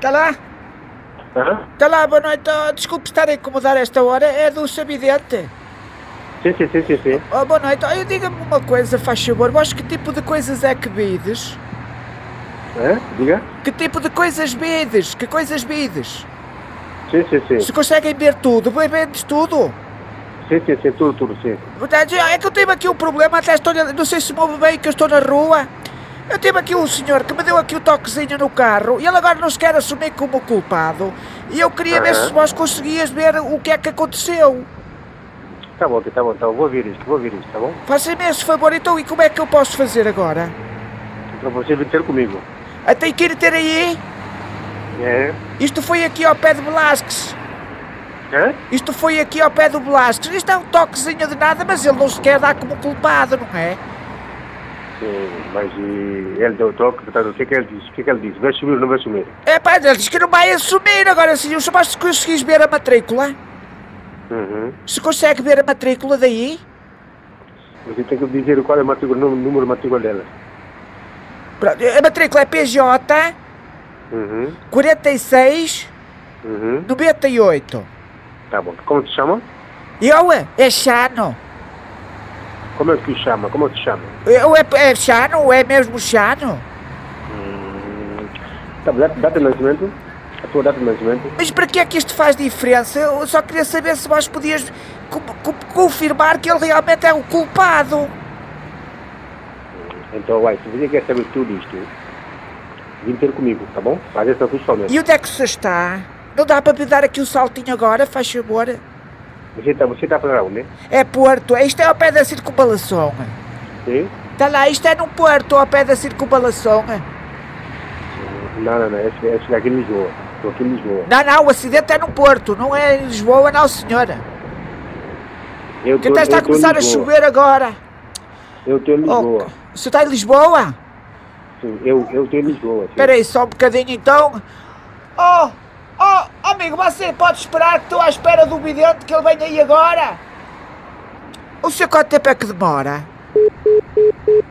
Tá lá? Aham. Está lá, boa noite. Oh, desculpe estar a incomodar esta hora. É do Sabidente. Sim, sim, sim, sim, sim. Oh, boa noite. Oh, Diga-me uma coisa, faz favor. Vós que tipo de coisas é que bides? Hã? Diga? Que tipo de coisas bides? Que coisas bides? Sim, sim, sim. Se conseguem ver tudo, bebem-nos tudo. Sim, sim, sim, tudo, tudo, sim. Portanto, É que eu tive aqui um problema, até estou, não sei se me ouve bem que eu estou na rua. Eu tive aqui um senhor que me deu aqui o toquezinho no carro e ele agora não se quer assumir como culpado. E eu queria ver se Aham. vós conseguias ver o que é que aconteceu. Tá bom, tá bom, tá bom. Vou ouvir isto, vou ouvir isto, tá bom? Faça-me esse favor, então, e como é que eu posso fazer agora? Então você vir ter comigo. Até que ir ter aí? É? Isto foi aqui ao pé de Velasquez. Hã? Isto foi aqui ao pé do Velasquez. Isto é um toquezinho de nada, mas ele não se quer dar como culpado, não é? Sim, mas e ele deu o toque, portanto, o que é que ele disse? O que é que ele disse? Vai subir ou não vai subir? É pá, ele diz que não vai assumir agora, senhor. Se vós conseguis ver a matrícula? Uhum. Se consegue ver a matrícula daí? Você tem que dizer qual é a matrícula, o número- número de matrícula dela. Pronto, a matrícula é PJ Uhum. 46 Uhum. 98. Tá bom. Como te chama? Eu é Chano. Como é que te chama? Como te chama? Eu é, é Chano, ou é mesmo Chano. Hum. Tá bom, data, data de nascimento? A tua data de nascimento? Mas para que é que isto faz diferença? Eu só queria saber se vós podias co- co- confirmar que ele realmente é o culpado. Então, vai, se você quer saber tudo isto, vem ter comigo, tá bom? Faz essa função mesmo. E onde é que você está? Não dá para me dar aqui um saltinho agora, faz favor? Você tá, você tá falando onde? É Porto, é- isto é ao pé da circunvalação. Sim? Está lá, isto é no Porto, ao pé da circunvalação. Não, não, não. Esse, esse daqui é em Lisboa. Estou aqui em Lisboa. Não, não, o acidente é no Porto, não é em Lisboa, não, senhora. Eu Que tô- até está eu a tô é em começar a Lisboa. chover agora. Eu estou em Oh, Lisboa. você está em Lisboa? Sim, eu, eu estou em Lisboa. Sim. Espera aí, só um bocadinho então. Oh, oh, amigo, você pode esperar que estou à espera do vidente que ele venha aí agora. O senhor quanto tempo é que demora?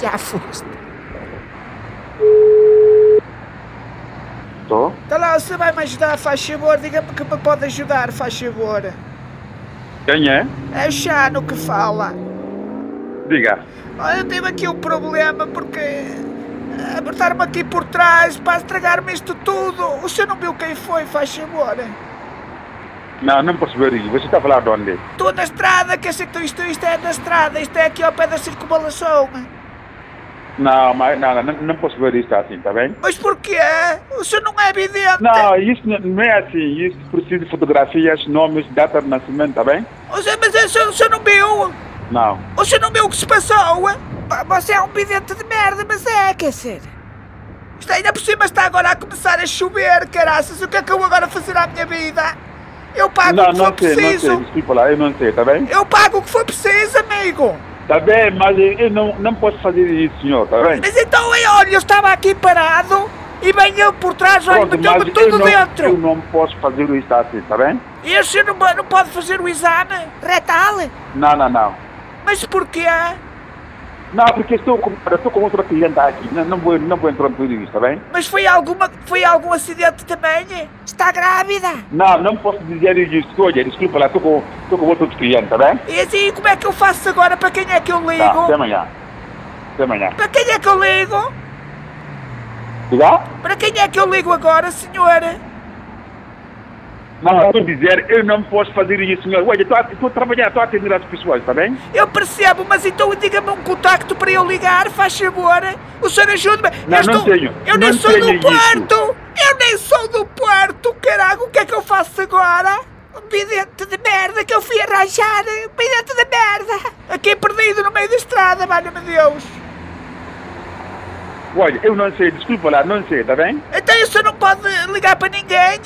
Já foste. Estou? Está Tá lá, você vai me ajudar, faz favor. Diga-me que me pode ajudar, faz favor. Quem é? É o Chano que fala. Diga. Olha, eu tive aqui um problema porque eh, apertaram-me aqui por trás para estragar-me isto tudo. O senhor não viu quem foi, faz favor. Não, não posso ver isso. Você está a falar de onde? Estou na estrada, que assim, isto, isto é na estrada, isto é aqui ao pé da circunvalação. Não, mas não, não, não posso ver isso assim, tá bem? Mas porquê? O senhor não é evidente. Não, isso não não é assim. Isso precisa de fotografias, nomes, data de nascimento, tá bem? O senhor, mas o senhor, o senhor não viu? Não. O senhor não viu o que se passou? Pá, Você é um vidente de merda, mas é, quer dizer. Isto ainda por cima está agora a começar a chover, caraças. O que é que eu vou agora fazer à minha vida? Ah, então Eu pago o Não, que for não sei, não preciso. sei. Desculpa lá, eu não sei, tá bem? Eu pago o que for preciso, amigo. Tá bem, mas eu eu não, não posso fazer isso, senhor, tá bem? Mas então, eu, olha, eu estava aqui parado e vem ele por trás, olha, meteu-me então é tudo eu, não, eu dentro. não posso fazer isso assim, tá bem? E o senhor não, não pode fazer o exame retal? Não, não, não. Mas porquê? Não, porque estou com, eu estou com outra cliente aqui. Não, não, vou, não vou entrar em tudo isso, tá bem? Mas foi, alguma, foi algum acidente também? Está grávida? Não, não posso dizer isso. Olha, desculpa lá, estou com, estou com outro cliente, tá bem? E assim, como é que eu faço agora? Para quem é que eu Tá, até ligo? amanhã. Até amanhã. Para quem é que eu ligo? Tá? Para quem é que eu ligo agora, senhora? Não, eu estou a dizer, eu não posso fazer isso, senhor. Olha, estou a- estou a trabalhar, estou a atender as pessoas, tá bem? Eu percebo, mas então diga-me um contacto para eu ligar, faz favor. O senhor ajuda-me. Não, eu não tenho. Eu nem Não sou do tenho isso. Porto. Eu nem sou do Porto, caralho. O que é que eu faço agora? Um bidente de merda que eu fui arranjar. Um bidente de merda. Aqui perdido no meio da estrada, valha-me Deus. Olha, eu não sei, desculpa lá, não sei, tá bem? Então o senhor não pode ligar para ninguém?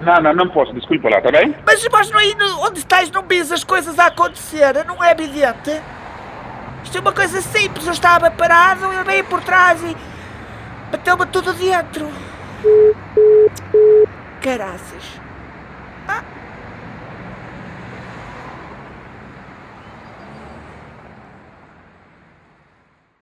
Não, não, não posso, desculpa lá, tá bem? Mas vós não aí no- onde estás não vês as coisas a acontecer, não é evidente? Isto é uma coisa simples, eu estava parado, eu veio por trás e bateu-me tudo dentro. Caraças.